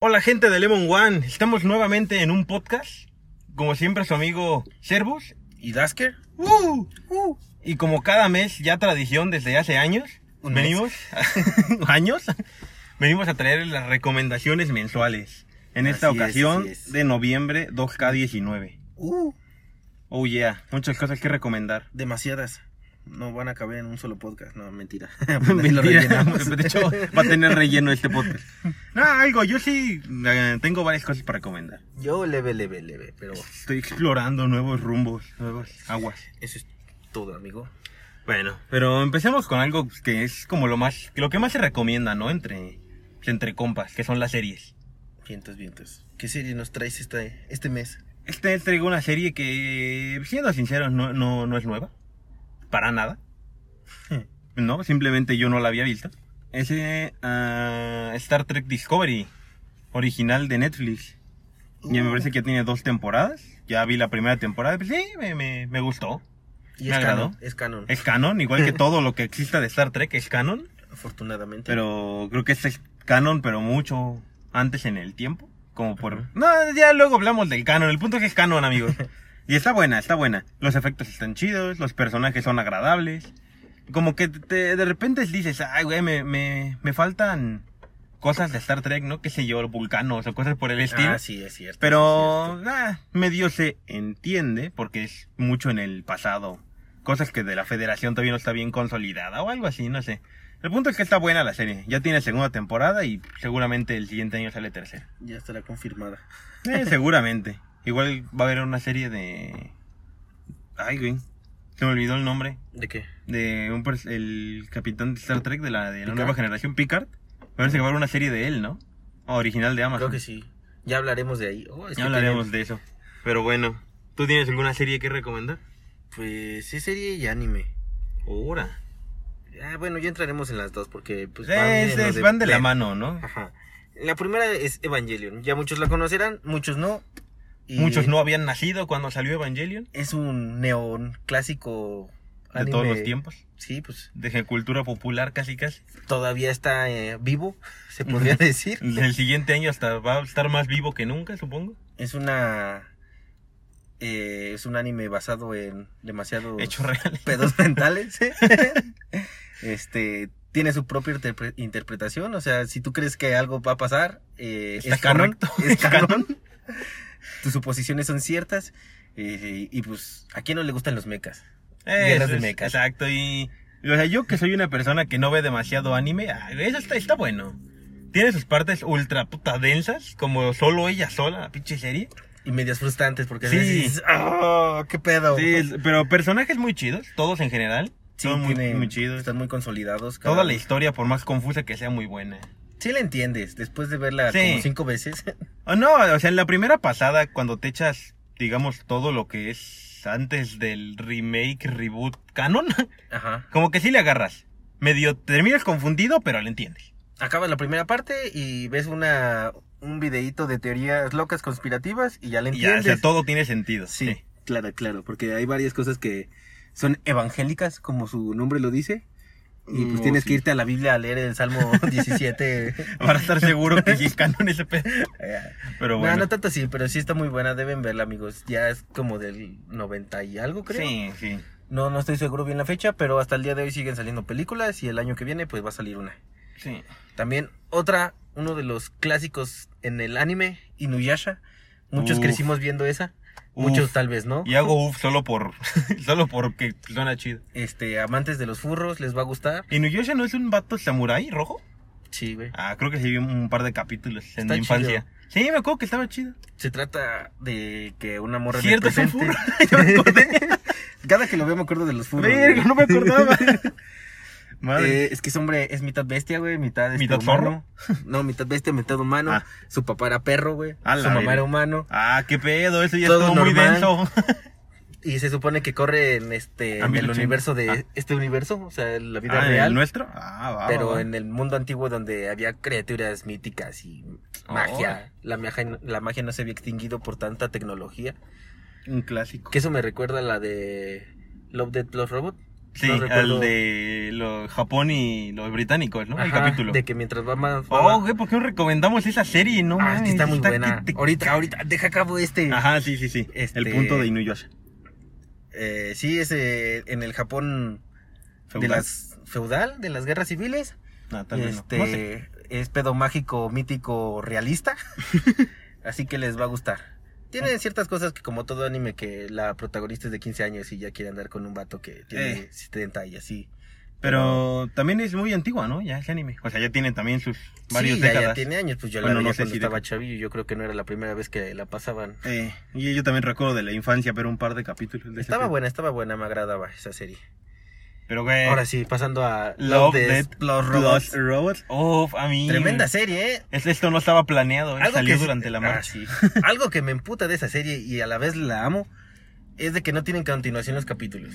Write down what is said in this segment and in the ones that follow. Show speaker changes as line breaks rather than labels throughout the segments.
Hola gente de Lemon One, estamos nuevamente en un podcast. Como siempre su amigo Servus.
¿Y Dasker?
¡Uh! ¡Uh! Y como cada mes, ya tradición desde hace años,
Un mes.
venimos, años, venimos a traer las recomendaciones mensuales. En esta
Así es,
ocasión
así es.
de noviembre 2K19.
Uh,
Oh yeah, muchas cosas que recomendar.
demasiadas. No van a caber en un solo podcast, no, mentira.
Mentira. De hecho, va a tener relleno este podcast. No, algo, yo sí eh, tengo varias cosas para recomendar.
Yo leve, leve, leve, pero
Estoy explorando nuevos rumbos, nuevas aguas.
eso es todo, amigo.
Bueno, pero empecemos con algo que es como lo más, lo que más se recomienda, ¿no? Entre, entre compas, que son las series.
Vientos, vientos. ¿Qué serie nos traes este, este mes?
Este traigo una serie que, siendo sinceros, no, no, no es nueva. Para nada. No, simplemente yo no la había visto. Es eh, ah, Star Trek Discovery, original de Netflix. Ya me parece que tiene dos temporadas. Ya vi la primera temporada. Pues sí, me, me- me gustó.
Y
me
es
agradó.
canon, es canon,
Es canon, igual que todo lo que exista de Star Trek es canon.
afortunadamente.
Pero creo que este es canon, pero mucho antes en el tiempo. Como por... No, ya luego hablamos del canon. El punto es que es canon, amigos. y está buena, está buena. Los efectos están chidos, los personajes son agradables. Como que te- de repente dices, ay, güey, me, me, me faltan cosas de Star Trek, ¿no? Qué sé yo, vulcanos o cosas por el estilo.
ah, sí, es cierto. sí,
Pero ah, medio se entiende porque es mucho en el pasado. Cosas que de la federación todavía no está bien consolidada o algo así, no sé. El punto es que está buena la serie. Ya tiene segunda temporada y seguramente el siguiente año sale tercera.
es cierto. Ya estará confirmada.
Eh, seguramente. Igual va a haber una serie de... Ay, güey. Se me olvidó el nombre.
¿De qué?
De un pers- el capitán de Star Trek de la, de la
Picard.
nueva generación, Picard. Parece que va a haber una serie de él, ¿no? Original de Amazon.
Creo que sí. Ya hablaremos de ahí. Oh, es que
Ya hablaremos de eso. Pero bueno, ¿tú tienes alguna serie que recomendar?
tienen- Pues es serie y anime.
Ahora.
Ah, bueno, ya entraremos en las dos porque pues,
es,
en lo
es- van de la
plan.
mano, ¿no?
Ajá. La primera es Evangelion. Ya muchos la conocerán, muchos no. Y
Muchos no habían nacido cuando salió Evangelion.
Es un neón clásico
De todos los tiempos.
Sí, pues
De cultura popular casi casi.
todavía está eh, vivo, se podría decir.
El siguiente año hasta va a estar más vivo que nunca, supongo.
Es una. eh, es un anime basado en demasiados
Hecho real.
pedos mentales. este. Tiene su propia interpre- interpretación. O sea, si tú crees que algo va a pasar, eh,
Está
es canon.
correcto.
Es canon. Tus suposiciones son ciertas. eh, y pues, ¿a quién no le gustan los mecas? Guerras
Eso
de
es,
mecas.
Exacto. Y. O sea, yo que soy una persona que no ve demasiado anime, ah, eso está, está bueno. Tiene sus partes ultra puta densas, como solo ella sola, la pinche serie.
Y medias frustrantes, porque
Sí.
a veces dices, "Ah, qué pedo.
Sí, es- pero personajes muy chidos, todos en general.
Sí,
son muy,
tienen-
muy chidos.
Están muy consolidados. cada
Toda la
uno.
historia, por más confusa que sea, muy buena.
Sí la entiendes, después de verla
Sí.
como cinco veces.
O Ah, no, o sea, en la primera pasada, cuando te echas, digamos, todo lo que es antes del remake, reboot, canon,
Ajá.
como que sí le agarras. Medio terminas confundido, pero lo entiendes.
Acabas la primera parte y ves una un videíto de teorías locas conspirativas y ya la
Y ya, o
entiendes.
sea, todo tiene sentido.
sí, claro, claro, porque hay varias cosas que son evangélicas, como su nombre lo dice. Y pues
Oh,
tienes
sí.
que irte a la Biblia a leer el Salmo 17.
Para estar seguro que sí es canon ese pedo.
Eh,
Pero
No,
bueno.
no tanto así, pero sí está muy buena, deben verla, amigos. Ya es como del 90 y algo, creo.
sí, sí.
No, no estoy seguro bien la fecha, pero hasta el día de hoy siguen saliendo películas y el año que viene pues va a salir una.
Sí.
También otra, uno de los clásicos en el anime, Inuyasha. Muchos
Uf.
crecimos viendo esa,
Uf,
muchos tal vez no.
Y hago uff solo por. solo porque suena chido.
Este, amantes de los furros, ¿les va a gustar?
¿Inuyasha no es un vato samurái rojo?
Sí, güey.
Ah, creo que sí vi un par de capítulos en
Está
mi infancia. Sí, me acuerdo que estaba chido.
Se trata de que una morra en el
Cierto, es un
presente-
furro. Ya me acordé.
Cada que lo veo me acuerdo de los furros.
Verga,
güey.
no me acordaba. Madre.
Eh, es que ese hombre es mitad bestia, güey, mitad, este
¿Mitad
humano. No, mitad bestia, mitad humano.
Ah.
Su papá era perro, güey.
A la
Su mamá
verga.
era humano.
Ah, qué pedo, eso ya
Todo
estuvo muy
normal.
denso.
Y se supone que corre en este en
Ah,
el
1800.
universo de
Ah.
este universo, o sea, en la vida
Ah, ¿en
real,
¿El nuestro? Ah, va.
pero
va, va.
en el mundo antiguo donde había criaturas míticas y
Oh.
magia. La magia la magia no se había extinguido por tanta tecnología,
Un clásico.
que eso me recuerda a la de Love Dead Plus Robot,
Sí,
No recuerdo.
al de lo, Japón y los británicos, ¿no? El
Ajá,
capítulo.
De que mientras va más. va-
Oh, güey, ¿por qué no recomendamos esa serie? No,
ah, es
mames,
que está muy
que
buena.
te-
Ahorita, ahorita, deja a cabo este.
Ajá, sí, sí, sí.
Este-
El punto de Inuyasha.
Eh, sí, es eh, en el Japón de
Feudal.
las feudal, de las guerras civiles.
No, tal vez no.
este
No sé.
es pedo mágico, mítico, realista. Así que les va a gustar. Tiene ciertas cosas que como todo anime que la protagonista es de 15 años y ya quiere andar con un vato que tiene
Eh.
70 y así.
Pero también es muy antigua, ¿no? Ya ese anime. O sea, ya tiene también sus varias
sí, ya-
décadas.
ya, tiene años, pues yo la
Bueno,
veía
no sé
cuando
si
estaba
décadas.
chavillo, yo creo que no era la primera vez que la pasaban.
Eh, y yo también recuerdo de la infancia, pero un par de capítulos de ese
Estaba
pedo.
buena, estaba buena, me agradaba esa serie.
Pero, güey.
Ahora sí, pasando a
Love,
Death
Death,
Plus
Plus
Robots.
Robots. Oh, a mí.
Tremenda serie, ¿eh?
Es- Esto no estaba planeado, ¿eh? salió durante la
ah,
marcha.
sí. Algo que me emputa de esa serie y a la vez la amo es de que no tienen continuación los capítulos.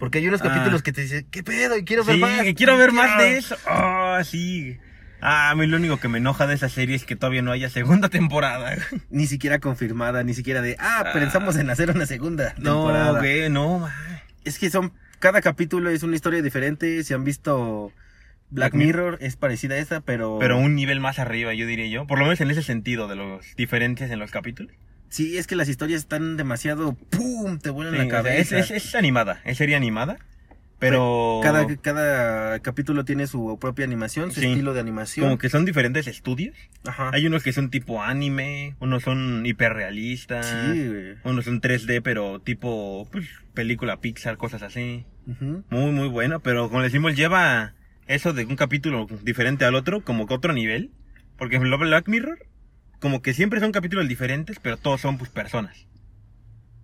Porque hay unos
Ah.
capítulos que te dicen, ¿qué pedo? Y quiero ver
Sí,
más.
que quiero ver más
Quiero-
de eso. Ah, sí. Ah, a mí lo único que me enoja de esa serie es que todavía no haya segunda temporada.
Ni siquiera confirmada, ni siquiera de, ah,
Ah.
pensamos en hacer una segunda
No,
temporada.
güey, no, ma.
Es que son. Cada capítulo es una historia diferente. Si han visto
Black
Black
Mirror.
Mirror, es parecida a esa, pero.
Pero un nivel más arriba, yo diría yo. Por lo menos en ese sentido de los diferentes en los capítulos.
Sí, es que las historias están demasiado. ¡Pum! Te vuelan
Sí,
la
o sea, es,
cabeza.
es- es animada, es serie animada. Pero.
Cada, cada capítulo tiene su propia animación, su
Sí.
estilo de animación.
Como que son diferentes estudios.
Ajá.
Hay unos que son tipo anime, unos son hiperrealistas.
Sí, güey.
Unos son 3D, pero tipo pues, película Pixar, cosas así.
Ujú.
Muy, muy buena, pero como le decimos, lleva eso de un capítulo diferente al otro, como que otro nivel. Porque en Black Mirror, como que siempre son capítulos diferentes, pero todos son pues personas.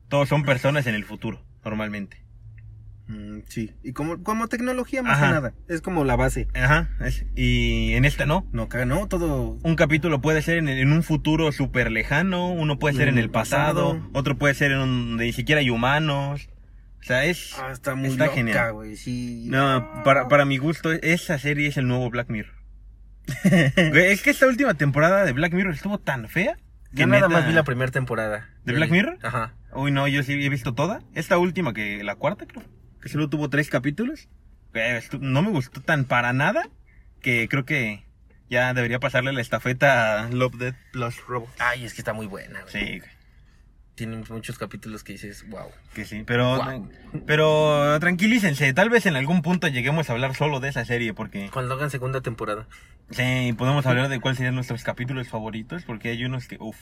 Todos son personas en el futuro, normalmente.
Mm, sí. Y como, como tecnología más
Ajá.
que nada. Es como la base.
Ajá, es- y en esta no.
No, caga, no, todo.
Un capítulo puede ser en, en un futuro súper lejano, uno puede ser en el pasado,
Pasado.
otro puede ser en un- donde ni siquiera hay humanos. O sea, es...
Ah, está muy
Está
loca,
genial.
güey. Sí.
No, para, para mi gusto, esa serie es el nuevo Black Mirror. Güey, es que esta última temporada de Black Mirror estuvo tan fea. que
Yo
neta-
nada más vi la primera temporada.
¿De
Del-
Black Mirror?
Ajá.
Uy, no, yo sí he visto toda. Esta última, que la cuarta, creo. Que solo tuvo tres capítulos. Güey, estu- no me gustó tan para nada. Que creo que ya debería pasarle la estafeta a Love Dead Plus Robo.
Ay, es que está muy buena, güey.
Sí, güey,
Tiene muchos capítulos que dices, wow.
que sí. Pero,
Guau.
pero tranquilícense. Tal vez en algún punto lleguemos a hablar solo de esa serie. Porque
Cuando hagan segunda temporada.
sí, podemos hablar de cuáles serían nuestros capítulos favoritos. Porque hay unos que, uff.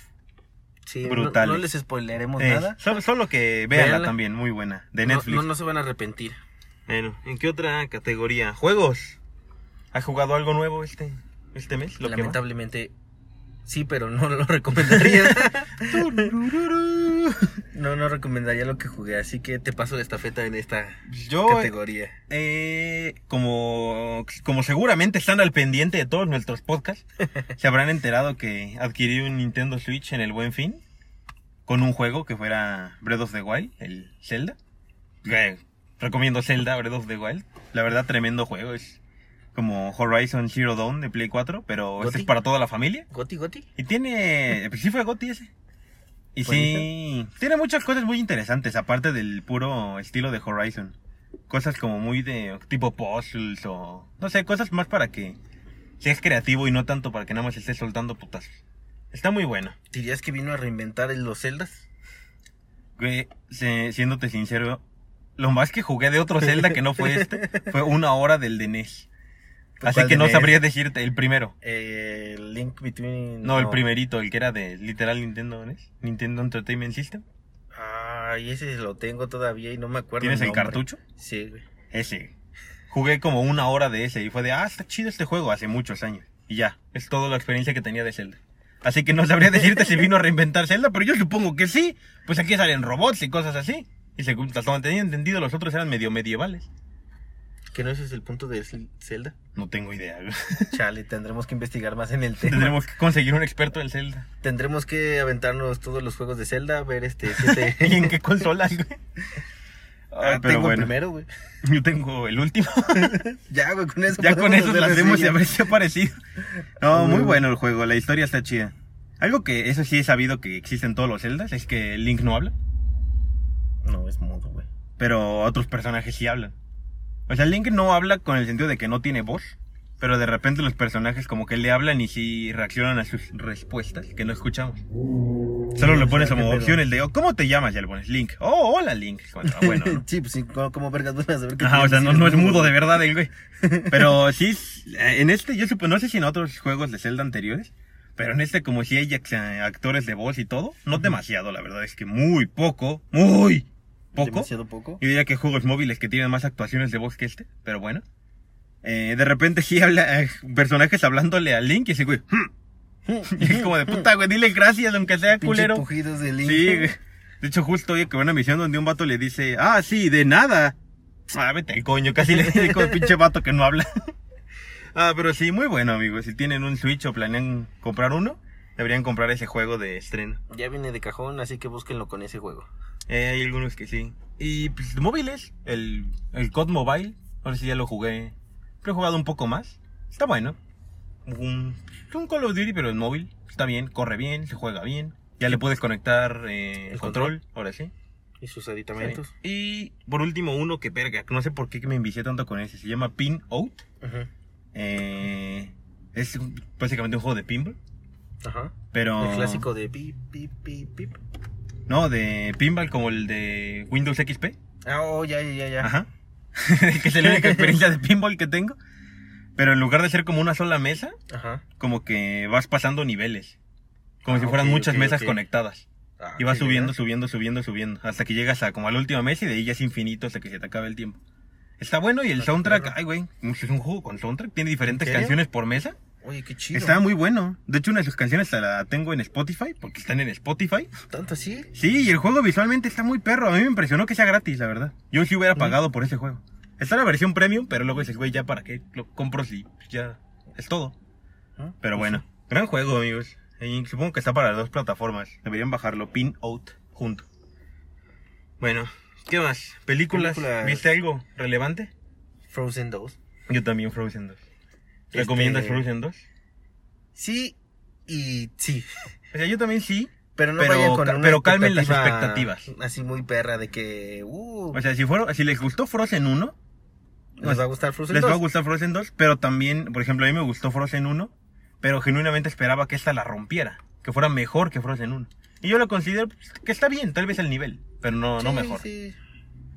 Sí, no-
Brutales.
No, les spoileremos
Eh,
nada.
solo, solo que véanla
Véanla.
también, muy buena. De
No-
Netflix.
No, no, se van a arrepentir.
Bueno, ¿en qué otra categoría? ¿Juegos? ¿Ha jugado algo nuevo este, este mes? Lo que va?
Lamentablemente, sí, pero no lo recomendaría. no, no recomendaría lo que jugué. Así que te paso la estafeta en esta
Yo,
categoría.
eh, como, como seguramente están al pendiente de todos nuestros podcasts, se habrán enterado que adquirí un Nintendo Switch en el Buen Fin con un juego que fuera Breath of the Wild, el Zelda. Eh, recomiendo Zelda, Breath of the Wild. La verdad, tremendo juego. Es como Horizon Zero Dawn de Play 4, pero este
¿Goti?
es para toda la familia.
Goti, Goti.
Y tiene. Pues sí, fue Gotti ese. Y sí.
Buenito.
Tiene muchas cosas muy interesantes, aparte del puro estilo de Horizon. Cosas como muy de tipo puzzles o. No sé, cosas más para que seas creativo y no tanto para que nada más estés soltando putazos. Está muy bueno.
¿Dirías que vino a reinventar el- los celdas?
Güey, se- siéndote sincero, lo más que jugué de otro Zelda que no fue este fue una hora del de NES. Así
¿Cuál
que
de
no
NES?
sabría decirte el primero.
Eh, el Link Between...
No, el primerito, el que era de literal Nintendo NES, Nintendo Entertainment System.
Ay, ese lo tengo todavía y no me acuerdo
¿Tienes el
nombre.
cartucho?
Sí, güey.
Ese. Jugué como una hora de ese y fue de, ah, está chido este juego hace muchos años. Y ya, es toda la experiencia que tenía de Zelda. Así que no sabría decirte si vino a reinventar Zelda, pero yo supongo que sí. Pues aquí salen robots y cosas así. Y según hasta donde tenía entendido, los otros eran medio medievales.
¿Que no ese es el punto de Cel- Zelda?
No tengo idea. güey.
Chale, tendremos que investigar más en el tema. Tendremos,
Tendremos que conseguir un experto en Zelda.
que aventarnos todos los juegos de Zelda, ver este...
¿Y
siete-
en qué consolas, güey?
Ah,
Ah, pero
tengo el
bueno,
primero, güey.
yo tengo el último.
Ya, güey, con eso
Ya
podemos
con eso
hacer
la hacemos y
reseña.
a ver si ha parecido. No,
Muy
muy
bueno.
bueno el juego, la historia está chida. Algo que eso sí he sabido que existe en todos los Zeldas es que Link no habla,
No, es mudo, güey.
pero otros personajes sí hablan. O sea, Link no habla con el sentido de que no tiene voz, pero de repente los personajes como que le hablan y sí reaccionan a sus respuestas que no escuchamos. Solo le pones
qué
como
pedo.
opciones de, oh, ¿cómo te llamas? Ya le pones Link. Oh, hola Link. Bueno, ah, bueno, ¿no?
Sí, pues sí, como, como vergas buenas a ver qué
Ajá, o
tiene
sea,
que
no,
decir
no es
el
mudo de verdad el güey. Pero sí, es- en este, yo supongo, no sé si en otros juegos de Zelda anteriores, pero en este como si hay ac- actores de voz y todo, no demasiado, la verdad es que muy poco, muy poco.
Demasiado poco.
Yo diría que juegos móviles que tienen más actuaciones de voz que este, pero bueno. Eh, de repente sí habla eh, personajes hablándole a Link y ese güey, "Hmm", y es como de puta, güey, dile gracias aunque sea
Pinche
culero.
pujidos de Link.
Sí, güey. de hecho justo hoy que una misión donde un vato le dice, ah, sí, de nada. Ah, vete al coño, casi le digo al pinche vato que no habla. ah, pero sí, muy bueno, amigos. Si tienen un Switch o planean comprar uno, deberían comprar ese juego de estreno.
Ya viene de cajón, así que búsquenlo con ese juego.
Eh, hay algunos que sí. Y pues, móviles, el, el COD Mobile, ahora sí ya lo jugué. Lo he jugado un poco más. Está bueno. Un, un Call of Duty, pero en móvil. Está bien, corre bien, se juega bien. Ya le puedes conectar eh,
El
el control, ahora sí.
Y sus
Está
aditamentos.
bien. Y por último, uno que verga, no sé por qué que me envicié tanto con ese. Se llama Pin Out.
Ajá.
Eh, es un- básicamente un juego de pinball.
Ajá.
Pero.
El clásico de pip, pip, pip, pip.
No, de pinball como el de Windows XP.
Ah, oh, ya, ya, ya, ya.
Ajá. que es la única experiencia de pinball que tengo. Pero en lugar de ser como una sola mesa,
Ajá.
como que vas pasando niveles. Como
Ah,
si fueran
ok,
muchas
ok,
mesas
ok.
conectadas.
Ah,
Y vas
qué
subiendo,
verga.
subiendo, subiendo, subiendo. Hasta que llegas a como a la última mesa y de ahí ya es infinito hasta que se te acabe el tiempo. Está bueno y el
Ah,
soundtrack,
claro.
ay güey, es un juego con soundtrack, tiene diferentes
¿En serio?
canciones por mesa.
Oye, qué chido.
Está muy bueno. De hecho, una de sus canciones hasta la tengo en Spotify, porque están en Spotify.
¿Tanto así?
Sí, y el juego visualmente está muy perro. A mí me impresionó que sea gratis, la verdad. Yo sí hubiera
Ujú.
pagado por ese juego. Está la versión premium, pero luego dices, güey, ya para qué lo compro si ya es todo.
Ah,
Pero bueno, gran juego, amigos. Y supongo que está para las dos plataformas. Deberían bajarlo, Pin Out, junto. Bueno, ¿qué más? ¿Películas?
Películas.
¿Viste algo relevante?
Frozen 2.
Yo también Frozen 2.
Este-
¿Recomiendas Frozen 2?
Sí y sí.
O sea, yo también sí.
Pero no
Pero
vayan con
ca-
una
pero calmen las
expectativa
expectativas.
Así muy perra de que, uh,
O sea, si, fueron, si les gustó Frozen 1,
les va a gustar Frozen
Les
2.
va a gustar Frozen 2, pero también, por ejemplo, a mí me gustó Frozen 1, pero genuinamente esperaba que esta la rompiera, que fuera mejor que Frozen 1. Y yo lo considero pues, que está bien, tal vez el nivel, pero no, no
Sí,
mejor.
Sí.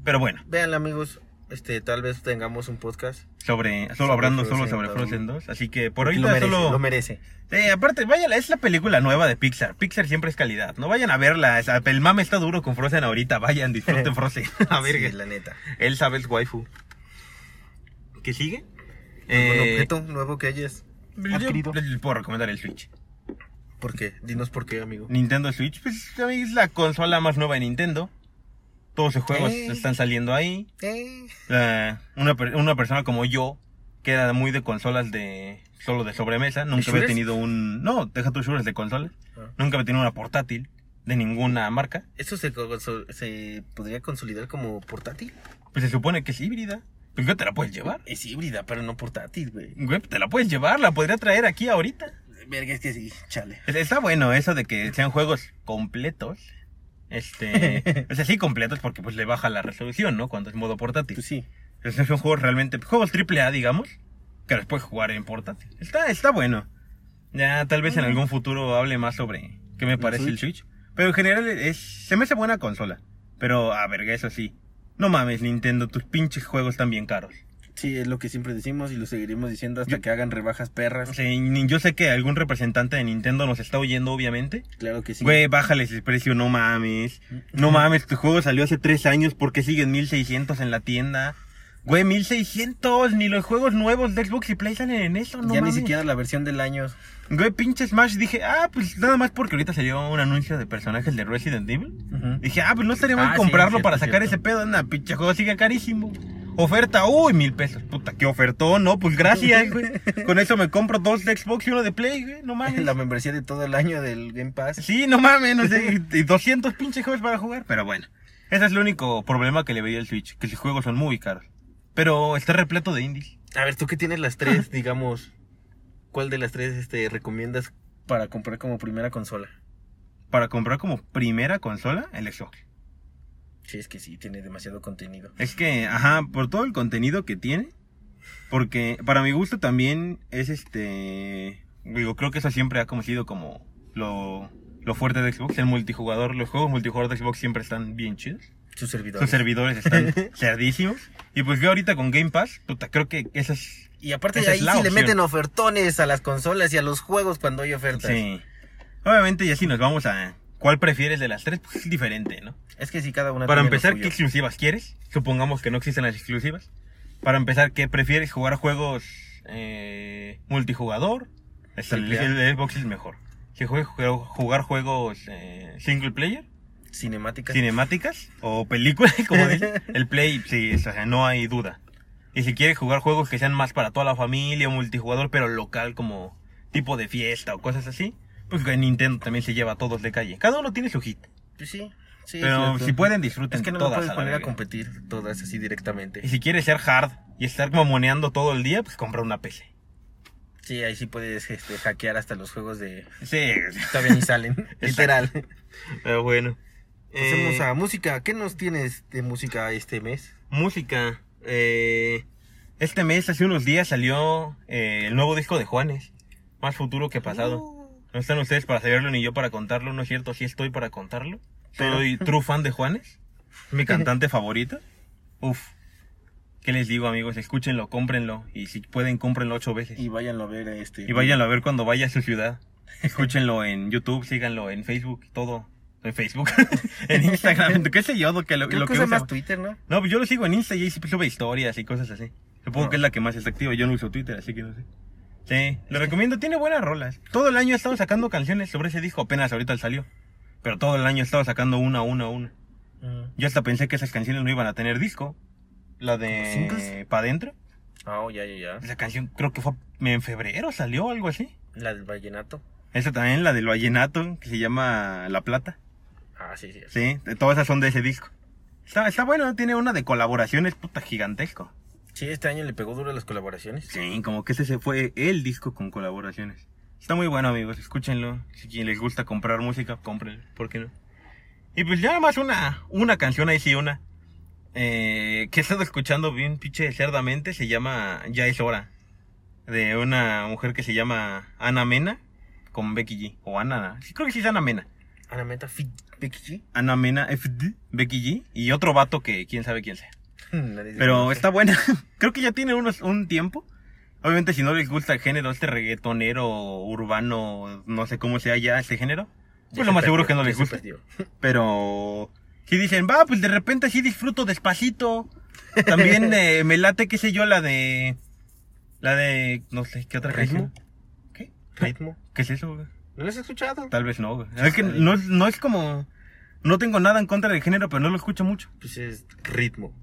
Pero bueno,
Véanla, amigos. Este, tal vez tengamos un podcast.
sobre, solo
Sobre
hablando solo
Frozen
sobre
2.
Frozen 2, así que por
Porque lo
ahorita
merece,
solo...
lo merece.
Eh, aparte, vaya, es la película nueva de Pixar. Pixar siempre es calidad. No vayan a verla. es- El mame está duro con Frozen ahorita. Vayan, disfruten Frozen. a ver,
Sí, la neta.
Elsa es waifu. ¿Qué sigue?
Un
Eh,
objeto nuevo que hayas adquirido.
yo les puedo recomendar el Switch.
¿Por qué? Dinos por qué, amigo.
Nintendo Switch, pues ya veis, es la consola más nueva de Nintendo. Todos sus juegos
Eh.
están saliendo ahí.
Eh,
La- una, per- una persona como yo, que era muy de consolas de solo de sobremesa, nunca había
shooters?
tenido un... No, deja tus shooters de consolas.
Ah.
Nunca había tenido una portátil de ninguna marca.
¿Eso se, consol- se podría consolidar como portátil?
Pues se supone que es híbrida. Pues ¿qué te la puedes llevar?
Es híbrida, pero no portátil, güey.
Güey, te la puedes llevar, la podría traer aquí ahorita.
Verga, es que sí, chale.
Está bueno eso de que sean juegos completos. Este, o sea, sí completos porque pues le baja la resolución, ¿no? Cuando es modo portátil.
Pues sí.
O sea, son juegos realmente, juegos triple A, digamos, que los puedes jugar en portátil. Está, está bueno. Ya tal vez en algún futuro hable más sobre qué me parece el Switch. Pero en general es, se me hace buena consola. Pero a verga, eso sí. No mames, Nintendo, tus pinches juegos están bien caros.
Sí, es lo que siempre decimos y lo seguiremos diciendo hasta
Yo-
que hagan rebajas perras.
O sea, ni- yo sé que algún representante de Nintendo nos está oyendo, obviamente.
Claro que sí.
Güey, bájales el precio, no mames. No mames, tu juego salió hace tres años, ¿por qué siguen 1600 en la tienda? Güey, 1600, ni los juegos nuevos de Xbox y Play salen en eso, no
ya
mames.
ni siquiera la versión del año.
Güey, pinche Smash, dije, ah, pues nada más porque ahorita salió un anuncio de personajes de Resident Evil. Dije, ah, pues no estaría mal
Ah, sí,
comprarlo
cierto,
para sacar
cierto.
ese pedo, anda, pinche juego sigue carísimo. Oferta, uy, mil pesos, puta, qué ofertó, no, pues gracias, güey. Con eso me compro dos de Xbox y uno de Play, güey, no mames.
La membresía de todo el año del Game Pass.
Sí, no mames, no sé, y 200 pinches juegos para jugar, pero bueno. Ese es el único problema que le veía al Switch, que sus juegos son muy caros. Pero está repleto de indies.
A ver, tú que tienes las tres, digamos, ¿cuál de las tres este, recomiendas para comprar como primera consola?
Para comprar como primera consola, el Xbox.
Sí, es que sí, tiene demasiado contenido.
Es que, ajá, por todo el contenido que tiene. Porque para mi gusto también es este. Digo, creo que eso siempre ha como sido como lo, lo fuerte de Xbox, el multijugador. Los juegos multijugador de Xbox siempre están bien chidos.
Sus servidores.
Sus servidores están cerdísimos. Y pues yo ahorita con Game Pass, puta, creo que esa es.
y aparte de
esa
ahí
es
sí
la
le
opción.
meten ofertones a las consolas y a los juegos cuando hay ofertas.
Sí. Obviamente, ya si nos vamos a. ¿Cuál prefieres de las tres? Pues es diferente, ¿no?
Es que sí, cada una
Para
tiene lo
empezar, ¿qué
suyo.
exclusivas quieres? Supongamos que no existen las exclusivas. Para empezar, ¿qué prefieres? ¿Jugar juegos eh, multijugador? Está El,
Triple A.
el Xbox es mejor. ¿Que jue- jue- jugar juegos eh, single player?
Cinemáticas.
¿Cinemáticas? ¿O películas? Como dicen. El Play, sí, o sea, no hay duda. Y si quieres jugar juegos que sean más para toda la familia, multijugador, pero local, como tipo de fiesta o cosas así, pues que Nintendo también se lleva a todos de calle. Cada uno tiene su hit.
Pues sí. sí, es
Pero
cierto.
si pueden, disfruten
Es que no me
todas.
puedes
a la
poner a
verga.
competir todas así
Y
directamente.
si quieres ser hard y estar como moneando todo el día, pues compra una PC.
Sí, ahí sí puedes este, hackear hasta los juegos de...
Sí,
Todavía ni salen, literal.
pero Ah, bueno.
Pasemos
Eh,
a música. ¿Qué nos tienes de música este mes?
Música. Eh, este mes, hace unos días, salió eh, el nuevo disco de Juanes. Más futuro que pasado. No están ustedes para saberlo ni yo para contarlo, ¿no es cierto? Sí estoy para contarlo. Soy true fan de Juanes. Mi cantante favorito. Uf. ¿Qué les digo, amigos? Escúchenlo, cómprenlo. Y si pueden, cómprenlo ocho veces.
Y váyanlo a ver este.
Y váyanlo a ver cuando vaya a su ciudad. Escúchenlo en YouTube, síganlo en Facebook, todo. En Facebook, en Instagram, en- qué sé yo, lo que, lo,
Creo
lo
que,
que
usa
usa.
más Twitter, ¿no?
No, pues yo lo sigo en Insta y ahí sube historias y cosas así. Supongo
Ah.
que es la que más está activa. Yo no uso Twitter, así que no sé. Sí, lo recomiendo, tiene buenas rolas. Todo el año he estado sacando canciones sobre ese disco, apenas ahorita salió. Pero todo el año he estado sacando una, una, una.
Mm.
Yo hasta pensé que esas canciones no iban a tener disco. La
¿Como singles?
de Pa' Dentro.
Ah, oh, ya, ya, ya.
Esa canción creo que fue en febrero, salió algo así.
La del vallenato.
Esta también, la del vallenato, que se llama La Plata.
Ah, sí, sí.
Sí, todas esas son de ese disco. Está, está bueno, tiene una de colaboraciones puta gigantesco.
Sí, este año le pegó duro a las colaboraciones.
Sí, como que ese se fue el disco con colaboraciones. Está muy bueno, amigos, escúchenlo. Si quien les gusta comprar música, compren, ¿por qué no? Y pues ya nada más una, una canción, ahí sí una. eh, que he estado escuchando bien pinche cerdamente, se llama Ya es hora. De una mujer que se llama Ana Mena con Becky G. O Ana, sí, creo que sí es Ana Mena.
Ana Meta Fit Becky
Ana Mena FD, Becky G y otro vato que quién sabe quién sea.
G. Nadie se
Pero
conoce.
está buena. Creo que ya tiene unos, un tiempo. Obviamente si no les gusta el género, este reggaetonero urbano, no sé cómo sea ya este género,
Ya
pues lo más
se
seguro
perdió,
que no
ya
les
se
gusta.
perdió.
Pero si dicen, va, pues de repente sí disfruto despacito. También eh, me late, qué sé yo, la de... La de... No sé, ¿qué otra
¿Ritmo?
canción? ¿Qué?
Ritmo.
¿Qué es eso? güey?
¿No lo has escuchado?
Tal vez no. güey. Es que no, es- no es como... No tengo nada en contra del género, pero no lo escucho mucho.
Pues es ritmo.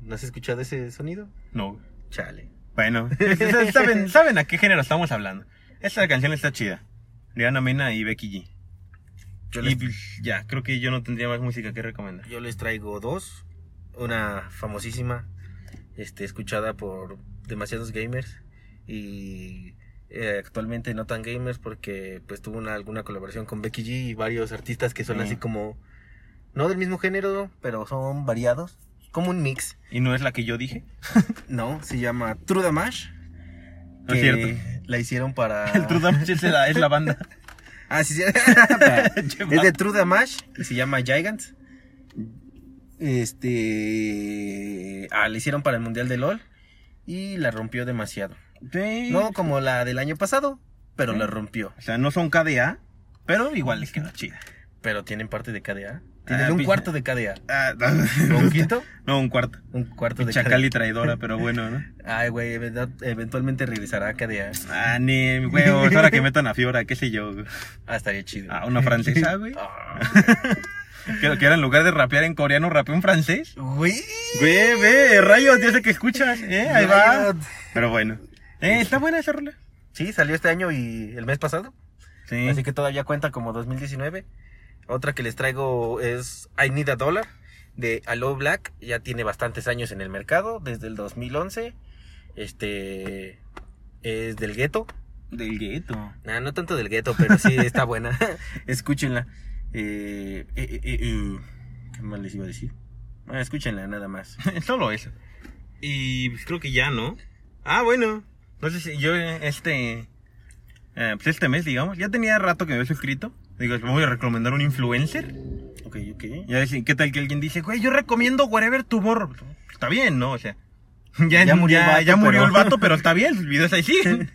¿No has escuchado ese sonido?
No. güey.
Chale.
Bueno, ¿saben, saben a qué género estamos hablando. Esta canción está chida. De Ana Mena y Becky G.
Yo
Y
les,
pues, ya, creo que yo no tendría más música que recomendar.
yo les traigo dos. Una famosísima, este, escuchada por demasiados gamers y eh, actualmente no tan gamers porque pues tuvo una, alguna colaboración con Becky G y varios artistas que son
Sí.
así como, no del mismo género, pero son variados, como un mix.
Y no es la que yo dije.
No, se llama True Damash.
No es cierto.
La hicieron para...
El True Damage es la, es la banda.
Ah, sí, sí. es
Lleva-
de True Damash y se llama Gigants. Este. Ah, le hicieron para el Mundial de LOL y la rompió demasiado.
Sí.
No como la del año pasado, pero
Sí.
la rompió.
O sea, no son KDA, pero igual les queda chida.
Pero tienen parte de KDA.
Ah,
Tienen un
pinche.
cuarto de KDA.
Ah,
¿O
no,
¿Un quinto?
no, un cuarto.
Un cuarto de
Chacal y traidora, pero bueno, ¿no?
KDA. Ay, güey, event- eventualmente regresará a KDA.
Ah, ni huevos, ahora que metan a Fiora, qué sé yo. güey.
Ah, estaría chido.
Ah, una francesa, güey.
Ah,
Que, que ahora en lugar de rapear en coreano, rapea en francés.
Güey.
Ve, ve, rayos, ya sé que escuchas, eh, ahí va.
Riot.
Pero bueno. Eh, está buena esa rola.
Sí, salió este año y el mes pasado.
Sí.
Así que todavía cuenta como 2019. Otra que les traigo es I Need a Dollar de Aloe Black. Ya tiene bastantes años en el mercado, desde el 2011. Este es del gueto.
Del gueto.
Nah, no tanto del gueto, pero sí está buena. Escúchenla. Eh, eh, eh, eh, eh, ¿Qué más les iba a decir? Ah, escúchenla nada más.
Solo eso. Y pues, creo que ya, ¿no? Ah, bueno. No sé si yo eh, este... eh, pues este mes, digamos. Ya tenía rato que me había suscrito. Digo, voy a recomendar un influencer.
Ok, ok.
Y a ver si- ¿qué tal que alguien dice, güey, yo recomiendo Wherever Tomorrow? Está bien, ¿no? O sea, ya, ya
Ya murió
murió,
el
ya,
vato,
murió
pero-
el vato, pero está bien, sus videos ahí siguen.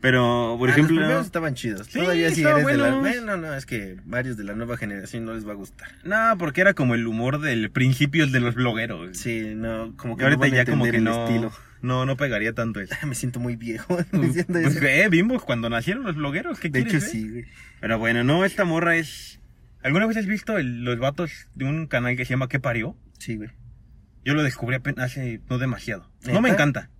Pero, por
Ah,
ejemplo,
los primeros estaban chidos.
Sí,
Todavía si
estaban
eres de la...
buenos.
Bueno, no, es que varios de la nueva generación no les va a gustar.
no, porque era como el humor del principios de los blogueros.
Sí, no, como
Y
que
ahorita
no van a
ya como
entender
que
el
no,
estilo.
no, no pegaría tanto eso.
Me siento muy viejo
Pues,
diciendo eso.
eh, vimos cuando nacieron los blogueros, ¿qué
De
quieres ver?
hecho, sí, güey.
Pero bueno, no, esta morra es... ¿Alguna vez has visto el- los vatos de un canal que se llama ¿Qué parió?
Sí, güey.
Yo lo descubrí apenas hace no demasiado. No
¿Neta?
me encanta.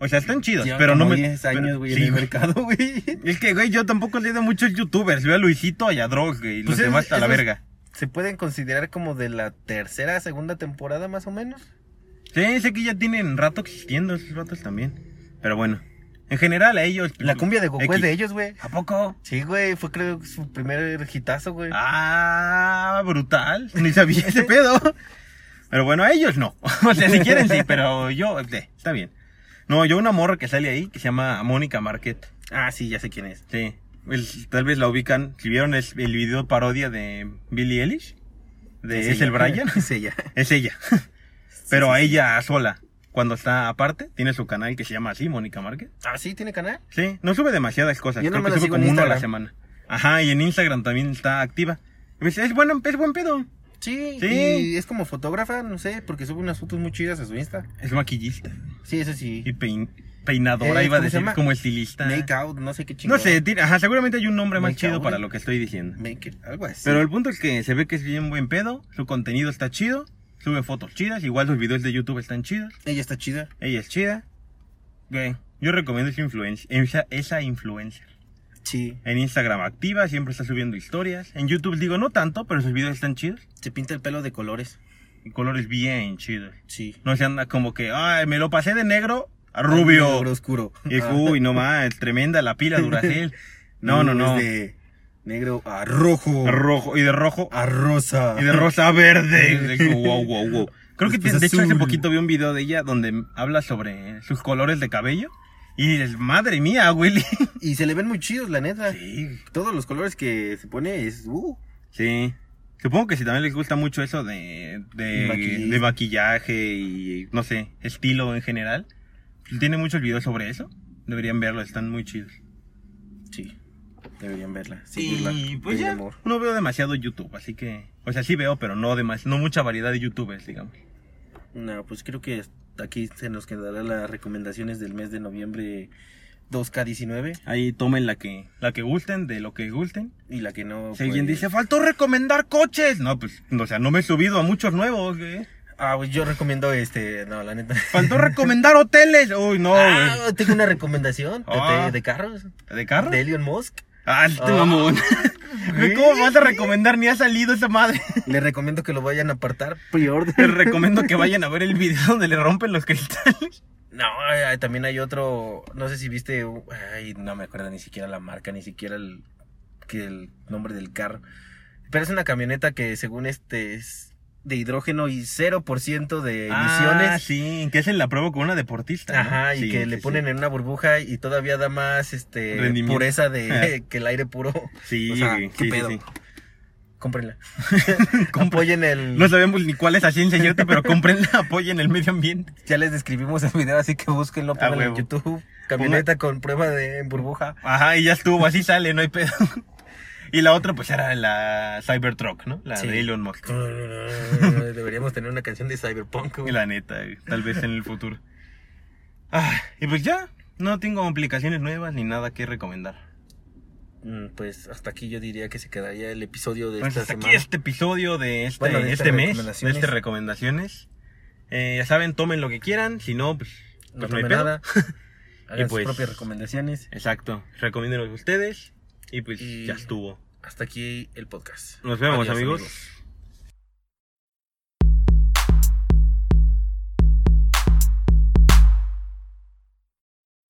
O sea, están chidos,
Llevan
pero no
como
me...
10 años,
pero-
güey,
sí,
en el mercado, güey.
Es que, güey, yo tampoco le he ido a muchos youtubers. Veo a Luisito, y a Drog, güey. y
Pues
los
es-
demás hasta la
esos-
verga.
Se pueden considerar como de la tercera, segunda temporada, más o menos.
Sí, sé que ya tienen rato existiendo esos ratos también. Pero bueno, en general a ellos...
La cumbia de Goku
X.
es de ellos, güey.
¿A poco?
Sí, güey, fue creo su primer hitazo, güey.
Ah, brutal. Ni sabía ese pedo. Pero bueno, a ellos no. O sea, si quieren sí, pero yo... sí, está bien. No, yo una morra que sale ahí que se llama Mónica Marquette.
Ah, sí, ya sé quién es.
Sí. El- tal vez la ubican. Si vieron el, el video parodia de Billie Eilish, de Es el Brian,
Es ella.
es ella. Pero
sí,
a
sí.
ella sola. Cuando está aparte, tiene su canal que se llama así, Mónica Márquez.
Ah, sí, tiene canal.
Sí, no sube demasiadas cosas.
Yo
Creo
nomás
que
la
sube
sigo en
como uno a la
Instagram.
semana. Ajá, y en Instagram también está activa. Pues es, bueno, es buen pedo.
Sí,
Sí.
y es como fotógrafa, no sé, porque sube unas fotos muy chidas a su Insta.
Es maquillista.
Sí, eso sí.
Y pein- peinadora,
Eh,
iba a
¿cómo se
decir,
llama?
como estilista.
Make out, no sé qué
no
chingón.
sé, tiene- ajá, seguramente hay un nombre más
Make
chido
out.
para lo que estoy diciendo.
Make it, algo así.
Pero el punto es que se ve que es bien buen pedo, su contenido está chido, sube fotos chidas, igual sus videos de YouTube están chidos,
Ella está chida.
ella es chida. Güey, yo recomiendo esa influencia, esa, esa influencer.
Sí.
En Instagram activa, siempre está subiendo historias. En YouTube digo no tanto, pero sus videos están chidos
Se pinta el pelo de colores.
y colores bien chidos.
Sí.
No se anda como que, ay, me lo pasé de negro a rubio.
Negro oscuro. Ah,
Y, uy, no más, tremenda la pila Duracel. No, no, no.
Es de negro a rojo.
A Rojo y de rojo
a rosa.
Y de rosa a verde. Este wow, wow, wow. Creo que
Después
de hecho hace
azul.
poquito vi un video de ella donde habla sobre sus colores de cabello. Y dices, madre mía, Willy.
Y se le ven muy chidos, la neta.
Sí.
Todos los colores que se pone es. Uh,
Sí. Supongo que si también les gusta mucho eso de, de,
Maquillaje.
de maquillaje y, no sé, estilo en general. pues, Tiene muchos videos sobre eso. Deberían verlo, están muy chidos.
sí. Deberían verla.
Y pues ya,
Amor.
no veo demasiado YouTube, así que... O sea, sí veo, pero no, demas- no mucha variedad de YouTubers, digamos.
No, pues creo que aquí se nos quedará las recomendaciones del mes de noviembre 2K19
Ahí tomen la que, la que gusten, de lo que gusten.
y la que no.
Si alguien
pues-
dice, faltó recomendar coches. No, pues, o sea, no me he subido a muchos nuevos, güey.
Ah, pues yo recomiendo este. No, la neta.
Faltó recomendar hoteles. Uy, no,
Ah, tengo una recomendación de,
Ah.
de carros.
güey. ¿De carro?
De Elon Musk.
Ah, este
Ah.
mamón. Güey, ¿Cómo vas a recomendar? Ni ha salido esa madre.
Le recomiendo que lo vayan a apartar
Les
pre-order.
recomiendo que vayan a ver el video donde le rompen los cristales.
No, eh, también hay otro. No sé si viste. uh, Ay, no me acuerdo ni siquiera la marca, ni siquiera el, que el nombre del carro. Pero es una camioneta que, según este, es de hidrógeno y 0% de
Ah,
emisiones.
sí, que es en la prueba con una deportista. ¿no?
Ajá, y
Sí,
que
sí,
le
sí.
ponen en una burbuja y todavía da más este
Rendimiento.
pureza de
Eh.
que el aire puro.
Sí,
O sea,
güey,
¿qué
sí, sí,
pedo?
sí.
Cómprenla.
Compren-
Apoyen el.
No sabemos ni cuál es la ciencia cierta, pero comprenla, apoyen el medio ambiente.
Ya les describimos el video, así que búsquenlo pónganlo en
huevo.
YouTube. Camioneta con prueba de en burbuja.
Ajá, y ya estuvo, así sale, no hay pedo. Y la otra, pues era la Cybertruck, ¿no? La
Sí.
de Elon Musk.
Deberíamos tener una canción de Cyberpunk. güey.
La neta, güey, tal vez en el futuro. Ah, y pues ya, no tengo aplicaciones nuevas ni nada que recomendar.
Mm, Pues hasta aquí yo diría que se quedaría el episodio de
Pues
esta
hasta
semana.
aquí este episodio de este,
Bueno, de
este
estas
mes, de
recomendaciones.
este recomendaciones. Eh, ya saben, tomen lo que quieran, si no, pues,
No
pues no hay
tomen
pedo.
nada. Hagan
pues-
sus propias recomendaciones.
Exacto, recomiéndenlos ustedes y pues
Y-
ya estuvo.
Hasta aquí el podcast.
Nos vemos,
Adiós,
amigos.